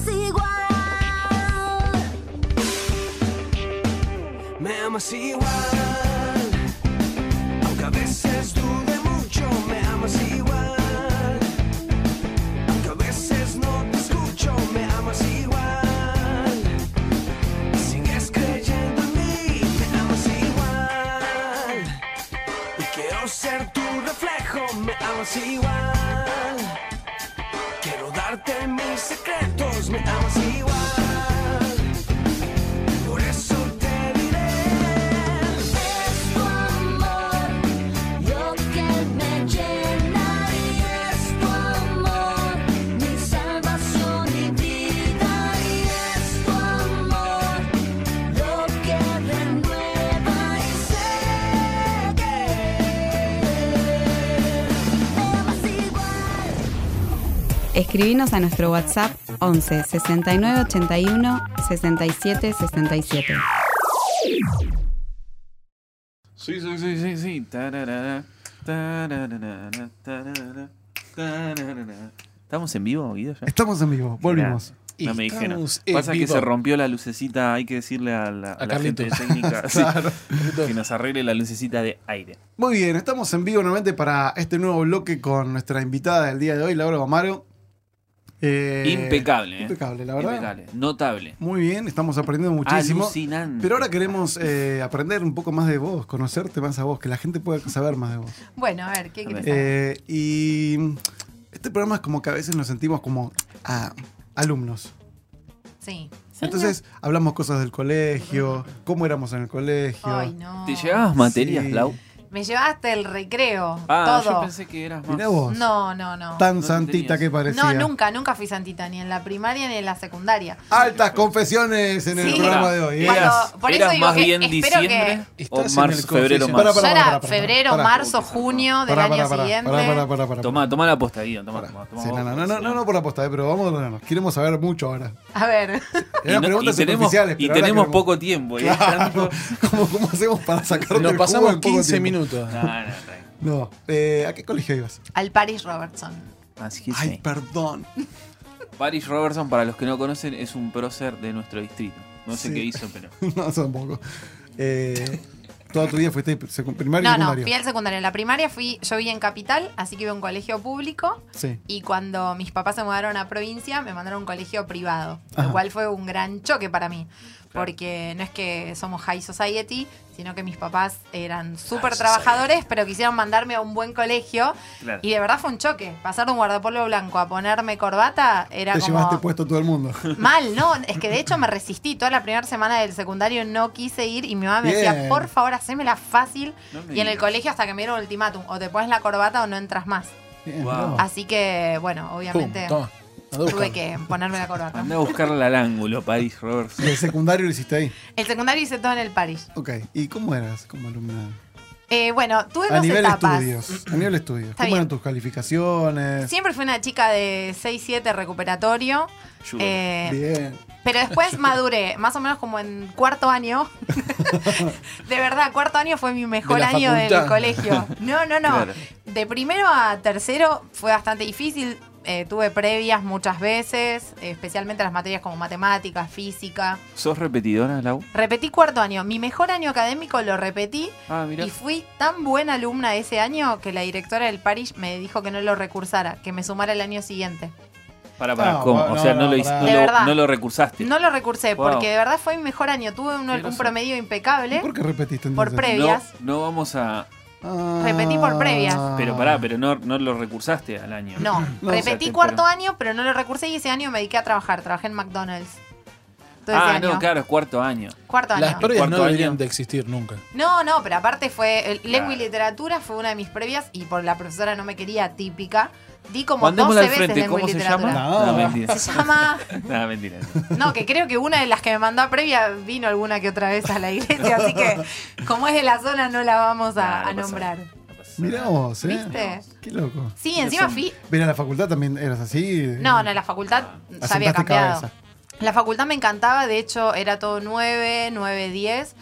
Y quiero ser tu reflejo, me amas igual. Quiero darte mis secretos, me amas igual. Por eso te diré.
Es tu amor lo que me llena y es tu amor mi salvación y vida y es tu amor lo que renueva y sé eh, que me amas igual.
Escribinos a nuestro WhatsApp 11 69 81 67 67.
Sí, sí, sí, sí, sí. Tararara, tararara, tararara, tararara. ¿Estamos en vivo, Guido? Ya?
Estamos en vivo, volvimos.
No me dijeron.
Estamos en
Pasa que
vivo.
se rompió la lucecita, hay que decirle a la, a la gente de
Carlitos.
técnica sí,
Carlitos.
que nos arregle la lucecita de aire.
Muy bien, estamos en vivo nuevamente para este nuevo bloque con nuestra invitada del día de hoy, Laura Amaro. Eh,
impecable, ¿eh?
Impecable, la verdad.
Impecable. Ah, Notable.
Muy bien, estamos aprendiendo muchísimo.
Alucinante.
Pero ahora queremos eh, aprender un poco más de vos, conocerte más a vos, que la gente pueda saber más de vos.
Bueno, a ver, ¿qué
A ver.
crees?
Eh, y este programa es como que a veces nos sentimos como ah, alumnos.
Sí.
Entonces hablamos cosas del colegio, cómo éramos en el colegio.
Ay, no.
¿Te llevabas materias,
Sí.
Lau?
Me llevaste el recreo.
Ah, yo
todo.
pensé que eras más.
Mirá vos,
No, no, no.
tan
No te
santita
tenías.
que parecía.
No, nunca, nunca fui santita, ni en la primaria ni en la secundaria.
Altas confesiones en el
Sí.
programa de hoy. ¿eh?
Cuando-
¿Eras,
por eso
eras
digo
más
que
bien
espero
diciembre
que-
o
Estás en
marzo,
el
febrero,
confesional.
marzo?
Yo
Pará,
era
pará, pará,
febrero,
pará.
marzo,
Uy, qué
junio del
Pará,
año
pará, pará,
siguiente.
pará, pará, pará, pará.
Tomá, tomá la posta, Guido. Tomá,
Pará.
tomá, tomá
Sí,
vos,
no, no, no, no,
porque si
no, no por aposta, eh, pero vamos, no, no, queremos saber mucho ahora.
A ver,
Eran
no-
preguntas
tenemos,
superficiales.
y
pero ahora
tenemos
queremos-
poco tiempo. y es tanto-
Claro, ¿cómo, cómo hacemos para sacar
Nos pasamos 15 minutos.
No, no, no.
No, eh, ¿a qué colegio ibas?
al Paris Robertson.
Así que
Ay,
sí.
perdón.
Paris Robertson, para los que no conocen, es un prócer de nuestro distrito. No sé
Sí.
qué hizo, pero.
No, tampoco. Eh, Toda tu vida fuiste secu- primario y
No, no,
secundario.
fui al secundario. En la primaria fui, yo vivía en Capital, así que iba a un colegio público.
Sí.
Y cuando mis papás se mudaron a provincia, me mandaron a un colegio privado,
Ajá.
lo cual fue un gran choque para mí. Porque no es que somos high society, sino que mis papás eran súper trabajadores, pero quisieron mandarme a un buen colegio.
Claro.
Y de verdad fue un choque. Pasar de un guardapolvo blanco a ponerme corbata era
Te
como.
llevaste puesto a todo el mundo.
Mal, no, es que de hecho me resistí. Toda la primera semana del secundario no quise ir y mi mamá me
Bien.
decía, por favor, hacémela fácil.
No me
y en el
digas.
colegio hasta que me dieron un ultimátum, o te pones la corbata o no entras más.
Bien,
Wow.
bravo.
Así que, bueno,
Pum,
obviamente
toma. Andá a
tuve
buscarlo.
que ponerme la corbata.
Andá a buscarla al ángulo, Paris Robertson.
Y el secundario lo hiciste ahí.
El secundario hice todo en el París.
Ok. ¿Y cómo eras como alumna?
Eh, bueno, tuve
A
dos
nivel
etapas.
estudios. A nivel estudios. ¿Cómo
bien.
eran tus calificaciones?
Siempre fui una chica de 6-7 recuperatorio.
Ayuda.
Eh,
Bien.
Pero después maduré, más o menos como en cuarto año. de verdad, cuarto año fue mi mejor
De la
año
facultad.
del colegio. No, no, no.
Claro.
De primero a tercero fue bastante difícil. Eh, tuve previas muchas veces, eh, especialmente las materias como matemáticas, física.
¿Sos repetidora, Lau?
Repetí cuarto año. Mi mejor año académico lo repetí
Ah, mira.
y fui tan buena alumna ese año que la directora del Parish me dijo que no lo recursara, que me sumara el año siguiente.
Para, para,
No,
¿cómo?
no,
o sea, no,
no,
lo, hic-
pará.
no
De
lo-
verdad.
no lo recursarte.
No lo recursé
Wow.
porque de verdad fue mi mejor año. Tuve un,
Qué
un
groso.
promedio impecable.
¿Y ¿Por qué repetiste
Por
entonces?
previa.
no,
previas.
no vamos a.
Ah.
Repetí por previas.
Pero pará, pero no, no lo recursaste al año.
No,
No,
o sea,
repetí
te-
cuarto
pero-
año, pero no lo recursé y ese año me dediqué a trabajar. Trabajé en McDonald's. Todo ese
Ah,
año.
no, claro, es cuarto año.
Cuarto año.
Las previas no
Cuarto
deberían
año.
de existir nunca.
No, no, pero aparte fue. el- Lengua y
Claro.
literatura fue una de mis previas y por la profesora no me quería típica. Di como
Mandémosla
12
al
veces
frente,
lengua y
¿cómo se llama?
literatura.
No.
mentira.
Se llama.
No, mentira.
No, que creo que una de las que me mandó a previa vino alguna que otra vez a la iglesia, así que como es de la zona no la vamos a,
Nah, no
a
pasa
nombrar.
nada, no pasa
Mirá
nada.
vos, ¿eh?
¿Viste?
Qué loco.
Sí,
Pero
encima
son-
fui.
Pero a la facultad también eras así.
No, no, la facultad ya había
Asentaste
cambiado.
cabeza.
La facultad me encantaba, de hecho era todo 9, 9, 10,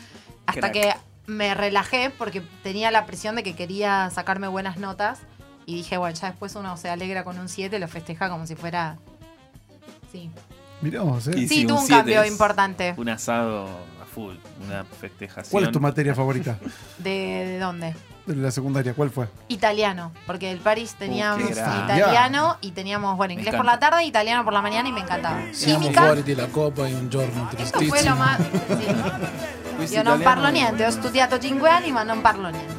hasta
Crack.
que me relajé porque tenía la presión de que quería sacarme buenas notas y dije, bueno, ya después uno se alegra con un 7, lo festeja como si fuera... Sí,
Mirá vos, ¿eh?
Y
sí,
si
tuvo
un
un
siete
cambio
es-
importante.
Un asado a full, una festejación.
¿Cuál es tu materia favorita
¿De, de dónde?
de la secundaria? ¿Cuál fue?
Eh, Italiano, porque el París teníamos
qué grande.
italiano y teníamos, bueno,
Me
inglés por
encanta.
la tarde, italiano por la mañana y me encantaba.
Siamo
Química,
fuori la copa y un giorno
esto fue lo
tristissimo.
más... sí.
Quiz
Io non
italiano.
parlo niente, ho studiato cinque anni ma non parlo niente.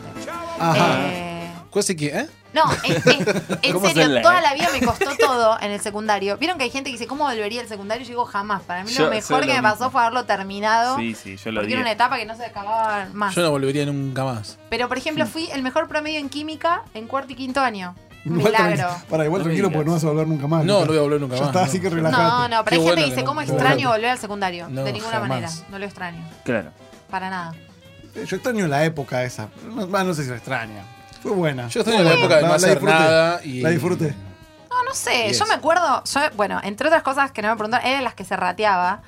Ajá.
Eh,
Cosa que, ¿eh?
No, en, en- en
¿Cómo eh?
serio,
se lee?
toda la vida me costó todo en el secundario. Vieron que hay gente que dice, ¿cómo volvería al secundario? Yo digo, jamás. Para mí
Yo
lo
soy
mejor
lo
que me
mismo.
pasó fue haberlo terminado.
Sí, sí, yo lo
porque
dije.
era una etapa que no se acababa más.
Yo no volvería nunca más.
Pero, por ejemplo, fui el mejor promedio en química en cuarto y quinto año. Un
Igual
milagro.
tranqui- Para, igual
No me
tranquilo
digas.
porque no vas a volver nunca más.
No, no voy a volver nunca
Ah, Ya
más,
está,
no.
así que
No,
No,
relajate.
no, pero hay
Qué bueno
gente que
que
dice,
no-
¿cómo
no.
extraño volver al secundario?
No,
de ninguna
jamás.
manera, no lo extraño,
Claro.
para nada.
Eh, Yo extraño la época esa. No, ah, no sé si la extraña. Fue buena.
Yo estoy en la época de
La-
no
la
hacer
disfruté.
nada y.
La disfruté.
No, no sé,
Yes.
yo me acuerdo, yo, bueno, entre otras cosas que no me preguntaron, era las que se rateaba.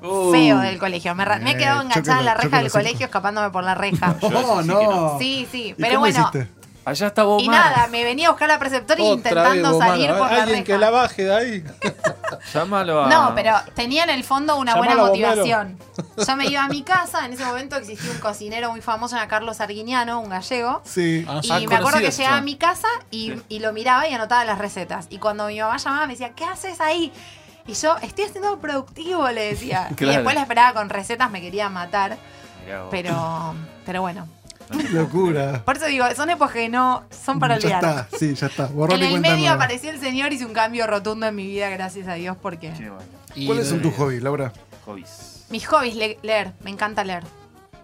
Uh.
Feo del colegio. Me, ra- me he
Eh,
quedado enganchada en la
chócalo,
reja del
chócalo,
colegio escapándome por la reja.
Oh, no.
Sí, sí,
¿Y
pero
cómo
bueno.
hiciste?
Allá está Bomar.
Y nada, me venía a buscar la preceptora
Otra vez
intentando
vos, mano.
salir por la
Alguien
reja.
que la baje de ahí.
Llámalo a.
No, pero tenía en el fondo una buena
Llamalo, bombero.
motivación. Yo me iba a mi casa, en ese momento existía un cocinero muy famoso, era Carlos Arguiñano, un gallego.
Sí.
Ah,
Y
ah,
me acuerdo que
conocido,
llegaba
ya.
a mi casa y,
Sí.
y lo miraba y anotaba las recetas. Y cuando mi mamá llamaba me decía, ¿qué haces ahí? Y yo, estoy haciendo productivo, le decía.
Claro.
Y después la esperaba con recetas, me quería matar.
Mirá vos.
Pero, pero bueno.
Qué locura.
Por eso digo, son épocas que no son para
ya
olvidar.
está, sí, ya está. Borrón
En
y
el
cuenta
medio
nueva.
apareció el señor, hice un cambio rotundo en mi vida, gracias a Dios, porque...
Qué bueno.
Y
¿Cuáles son
de-
tus hobbies, Laura?
Hobbies.
Mis hobbies, le- leer, me encanta leer.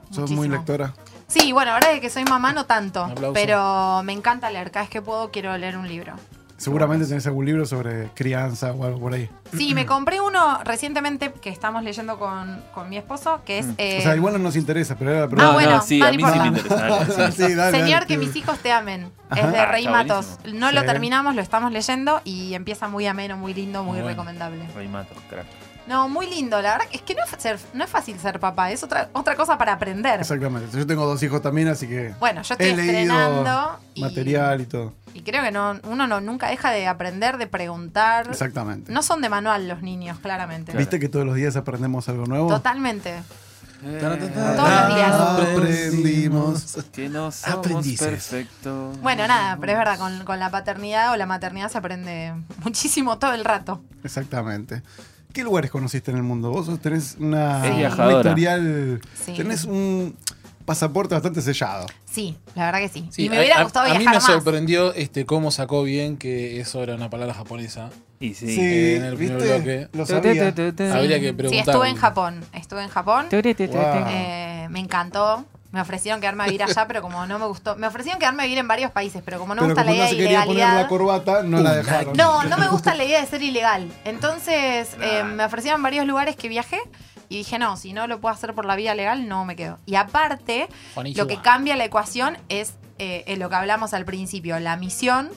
Sos
Muchísimo.
muy lectora.
Sí, bueno, ahora desde que soy mamá no tanto,
Un aplauso.
pero me encanta leer. Cada vez que puedo quiero leer un libro.
Seguramente tenés algún libro sobre crianza o algo por ahí.
Sí, me compré uno recientemente que estamos leyendo con, con mi esposo, que es... eh,
Mm. O sea, igual no nos interesa, pero era la
Ah,
pregunta.
bueno,
no, sí, a
dale,
mí
por
sí me
favor.
interesa. dale, sí.
Sí, dale,
Señor,
dale.
que mis hijos te amen.
Ajá.
Es de
Ah,
Rey
está
Matos.
buenísimo.
No lo
Sí.
terminamos, lo estamos leyendo y empieza muy ameno, muy lindo, muy
Muy bueno.
recomendable.
Rey Matos, crack.
No, muy lindo. La verdad es que no es, ser- no es fácil ser papá, es otra, otra cosa para aprender.
Exactamente. Yo tengo dos hijos también, así que
Bueno, yo estoy
he leído
estrenando y-
material y todo.
Y creo que no, uno no, nunca deja de aprender, de preguntar.
Exactamente.
No son de manual los niños, claramente.
Claro.
¿Viste que todos los días aprendemos algo nuevo?
Totalmente.
Eh,
Tan, tan, tan.
Todos los días.
Aprendimos.
Que no somos
Aprendices.
perfectos.
Bueno, nada, pero es verdad, con, con la paternidad o la maternidad se aprende muchísimo todo el rato.
Exactamente. ¿Qué lugares conociste en el mundo? Vos sos- tenés una,
Es
un
viajadora.
historial.
Sí.
Tenés un pasaporte bastante sellado.
Sí, la verdad que sí.
Sí,
y me
a-
hubiera
a-
gustado
a, mí me
viajar más.
sorprendió este, cómo sacó bien que eso era una palabra japonesa.
Y sí.
en el primer bloque.
¿viste? Lo sabía.
Habría que
Sí,
preguntar.
estuve en Japón. Estuve en Japón.
Wow.
Eh, me encantó. Me ofrecieron quedarme a vivir allá, pero como no me gustó. Me ofrecieron quedarme a vivir en varios países, pero como no me
Pero
gusta
como
la idea
no
de
se quería poner la
ilegalidad.
corbata, no la dejaron.
No, no me gusta la idea de ser ilegal. Entonces eh, me ofrecieron varios lugares que viajé y dije, no, si no lo puedo hacer por la vía legal, no me quedo. Y aparte,
Konnichiwa.
lo que cambia la ecuación es eh, eh, lo que hablamos al principio, la misión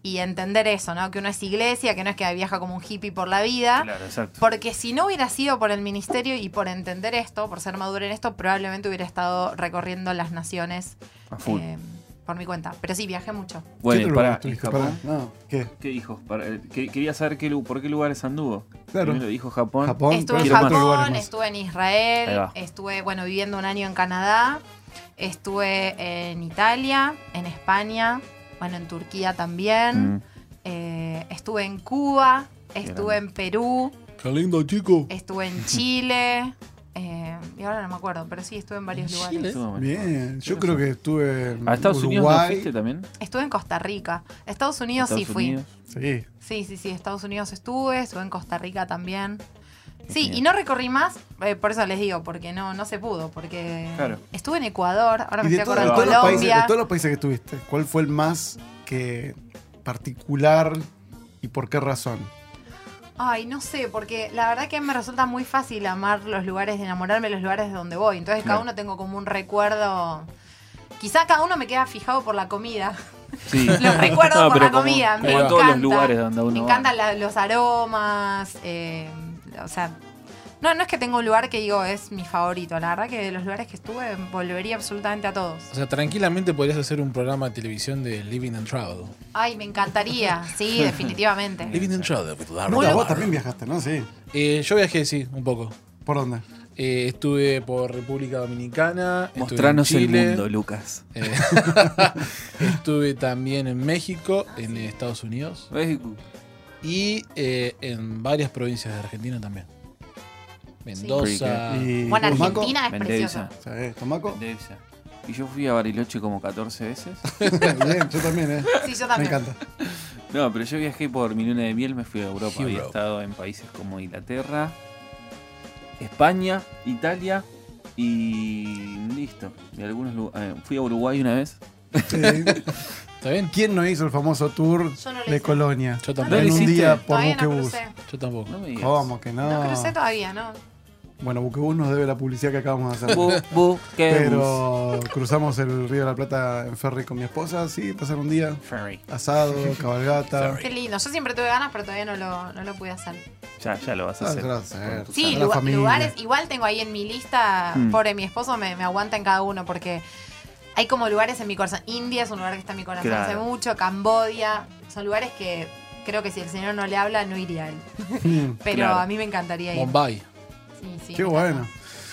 y entender eso, ¿no? Que uno es iglesia, que no es que viaja como un hippie por la vida.
Claro, exacto.
Porque si no hubiera sido por el ministerio y por entender esto, por ser madura en esto, probablemente hubiera estado recorriendo las naciones
A full.
eh, por mi cuenta. Pero sí, viajé mucho.
¿Qué
bueno,
otro
y
lugar
para.
estuviste?
Japón.
Pará, No, ¿qué?
¿Qué dijo? Para- eh, que- quería saber qué, lu- por qué lugares anduvo.
Claro.
Primero dijo Japón.
Japón.
Estuve en
quiero más.
Japón,
más.
estuve en
Ahí
Israel,
va.
estuve, bueno, viviendo un año en Canadá, estuve en Italia, en España, bueno, en Turquía también,
Mm.
eh, estuve en Cuba, estuve en Perú,
Qué lindo, chico.
estuve en Chile, eh, y ahora no me acuerdo, pero sí, estuve en varios
¿En
lugares.
Estuvo bueno.
Bien, yo creo que estuve en
¿A Estados Unidos no
Uruguay.
fuiste también?
Estuve en Costa Rica, Estados Unidos
Estados
sí fui.
Unidos.
Sí,
Sí, sí, sí, Estados Unidos estuve, estuve en Costa Rica también. Sí,
Bien.
y no recorrí más, eh, por eso les digo, porque no, no se pudo, porque
Claro.
estuve en Ecuador, ahora me
Y de,
estoy
todo-
acordando
de todos
de
los países, de
Colombia.
todos los países que estuviste, ¿cuál fue el más que particular y por qué razón?
Ay, no sé, porque la verdad que me resulta muy fácil amar los lugares, enamorarme de los lugares de donde voy. Entonces cada
Claro.
uno tengo como un recuerdo. Quizá cada uno me queda fijado por la comida.
Sí.
Los recuerdo por
pero
la
como-
comida.
Como
me
en
encanta.
todos los lugares donde uno
Me
va.
encantan la- los aromas. eh, o sea, no, no es que tengo un lugar que digo es mi favorito. La verdad que de los lugares que estuve volvería absolutamente a todos.
O sea, tranquilamente podrías hacer un programa de televisión de Living and Travel.
Ay, me encantaría. Sí, definitivamente.
Living and Travel with Laura
Vos, vos
Navarro.
también viajaste, ¿no? Sí.
Eh, yo viajé, sí, un poco.
¿Por dónde?
Eh, estuve por República Dominicana. estuve en
Mostranos el
Chile,
mundo, Lucas.
eh, estuve también en México, en Estados Unidos y eh, en varias provincias de Argentina también. Mendoza.
Y
Bueno,
Tumaco.
Argentina es
Mendoza.
preciosa.
¿Sabés? ¿Tumaco?
Mendoza. Y yo fui a Bariloche como 14 veces.
Bien, yo también, ¿eh?
Sí, yo
Me
también.
encanta.
No, pero yo viajé por mi luna de miel, me fui a Europa. Había
Europe.
estado en países como Inglaterra, España, Italia y listo. Y algunos lu- eh, fui a Uruguay una vez.
Sí.
¿Está bien?
¿Quién no hizo el famoso tour
Yo no lo
de
hice.
Colonia?
Yo
En
tampoco.
un
hiciste?
día por
Todavía no
Buquebus.
crucé.
Yo tampoco.
No me digas.
¿Cómo que no?
No crucé todavía, ¿no?
bueno, Buquebus nos debe la publicidad que acabamos de hacer.
Bu- bu- que bus.
Pero cruzamos el Río de la Plata en ferry con mi esposa, sí, pasar un día.
Ferry.
Asado, cabalgata.
Qué lindo. Yo siempre tuve ganas, pero todavía no lo, no lo pude hacer.
Ya, ya lo vas a
Ah,
hacer.
se lo hace,
Sí,
la
lugar-
familia.
lugares. Igual tengo ahí en mi lista,
Mm.
pobre, mi esposo me, me aguanta en cada uno porque hay como lugares en mi corazón. India es un lugar que está en mi corazón
Claro.
hace mucho, Cambodia. Son lugares que creo que si el señor no le habla, no iría él.
Mm,
Pero
Claro.
a mí me encantaría ir.
Bombay.
Sí, sí,
Qué
me
bueno.
encanta.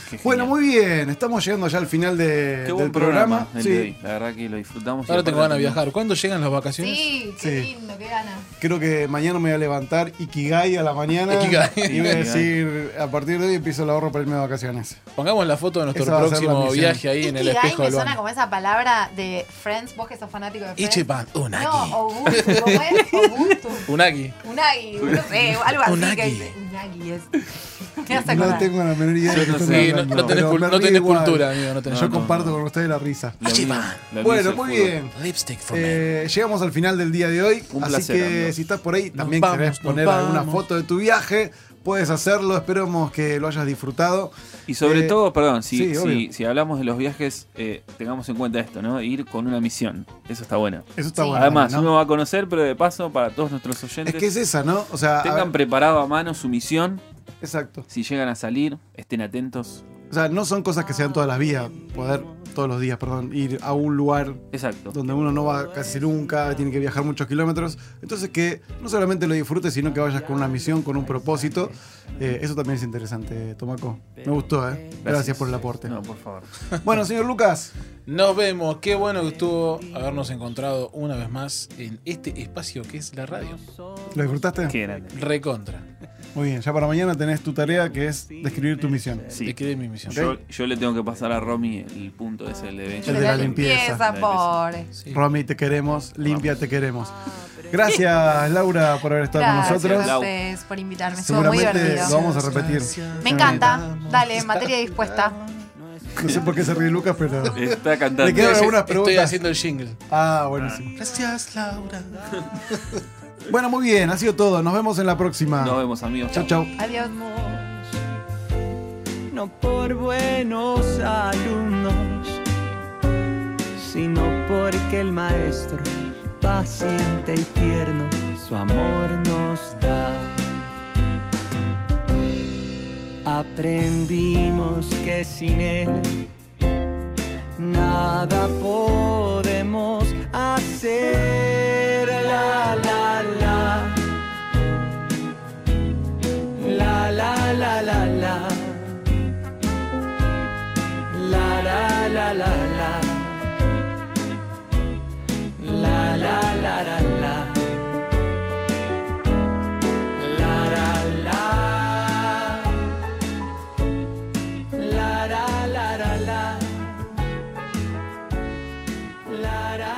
Qué
Bueno,
genial.
muy bien. Estamos llegando ya al final de-
Qué
del
buen
programa.
programa. el
Sí,
de hoy. La verdad que lo disfrutamos. y
Ahora tengo
aparte
ganas de
tenemos-
viajar. ¿Cuándo llegan las vacaciones?
Sí, qué
Sí.
lindo, qué ganas.
creo que mañana me voy a levantar Ikigai a la mañana.
Ikigai.
Y voy a
Ikigai.
decir, a partir de hoy empiezo el ahorro para irme de vacaciones.
Pongamos la foto de nuestro
Esa va a ser la
próximo
misión.
viaje ahí en el
Ikigai
espejo
me
de
suena
Luana.
como esa palabra de Friends, vos que sos fanático de Friends.
Ichiban Unagi.
No, Ogustu, ¿cómo es? Ogustu.
Unagi.
Unagi, no sé, algo así
Unagi.
que dice. Unagi es. Me hace
No
acordar.
tengo la menor idea de
Yo
qué
no
están
sé,
Sí, no,
hablando,
no tenés,
pero
cul-
me
no
río
tenés
igual.
cultura, amigo. No tenés
Yo
No, no.
comparto con ustedes la risa.
Lo mío-
Ichiban.
lo mío es
Bueno,
el
muy
fútbol.
bien.
Lipstick for me.
Eh, llegamos al final del día de hoy,
Un
así
placer,
que
Ando.
si estás por ahí,
Nos
también
vamos,
querés
nos
poner alguna
vamos.
foto de tu viaje, puedes hacerlo, esperemos que lo hayas disfrutado.
Y sobre
Eh,
todo, perdón, si,
sí,
si-
obvio.
si hablamos de los viajes, eh, tengamos en cuenta esto, ¿no? Ir con una misión. Eso está bueno.
Eso está
Sí.
bueno.
Además,
¿no?
uno va a conocer, pero de paso, para todos nuestros oyentes,
es que es esa, ¿no? O sea, a
tengan
ver,
preparado a mano su misión.
exacto.
Si llegan a salir, estén atentos.
O sea, no son cosas que sean todas las vías, poder todos los días, perdón, ir a un lugar
Exacto.
donde uno no va casi nunca, tiene que viajar muchos kilómetros. Entonces que no solamente lo disfrutes, sino que vayas con una misión, con un propósito. Eh, eso también es interesante, Tomaco. Me gustó, ¿eh? Gracias, por el aporte.
No, por favor.
Bueno, señor Lucas,
Nos vemos. Qué bueno que estuvo habernos encontrado una vez más en este espacio que es la radio.
¿lo disfrutaste?
Qué grande.
Recontra.
Muy bien, ya para mañana tenés tu tarea que es describir tu misión.
Sí.
Te quedé mi misión.
Yo, yo le tengo que pasar a Romy el punto ese el de
El
Yo
Benji.
de la
limpieza.
limpieza, pobre.
Sí.
Romy, te queremos, limpia, te queremos. Gracias, Laura, por haber estado
Gracias
con nosotros.
a ustedes por invitarme, estuvo muy
Seguramente lo
divertido.
vamos a repetir.
Me encanta. Dale, materia dispuesta.
No sé por qué se ríe Lucas, pero.
Está
Le
cantando.
quedan
Estoy-
algunas
Estoy
preguntas.
haciendo el jingle.
Ah, buenísimo.
Gracias, Laura.
Bueno, muy bien, ha sido todo. Nos vemos en la
Nos
próxima.
vemos, amigos.
Chau, chau.
Adiós.
no por buenos alumnos, sino porque el maestro, paciente y tierno, su amor nos da. Aprendimos que sin él nada podemos hacer. La, la, la. La, la, la, la, la. La la la la la. La la la la la. La la la. La la la la la. La la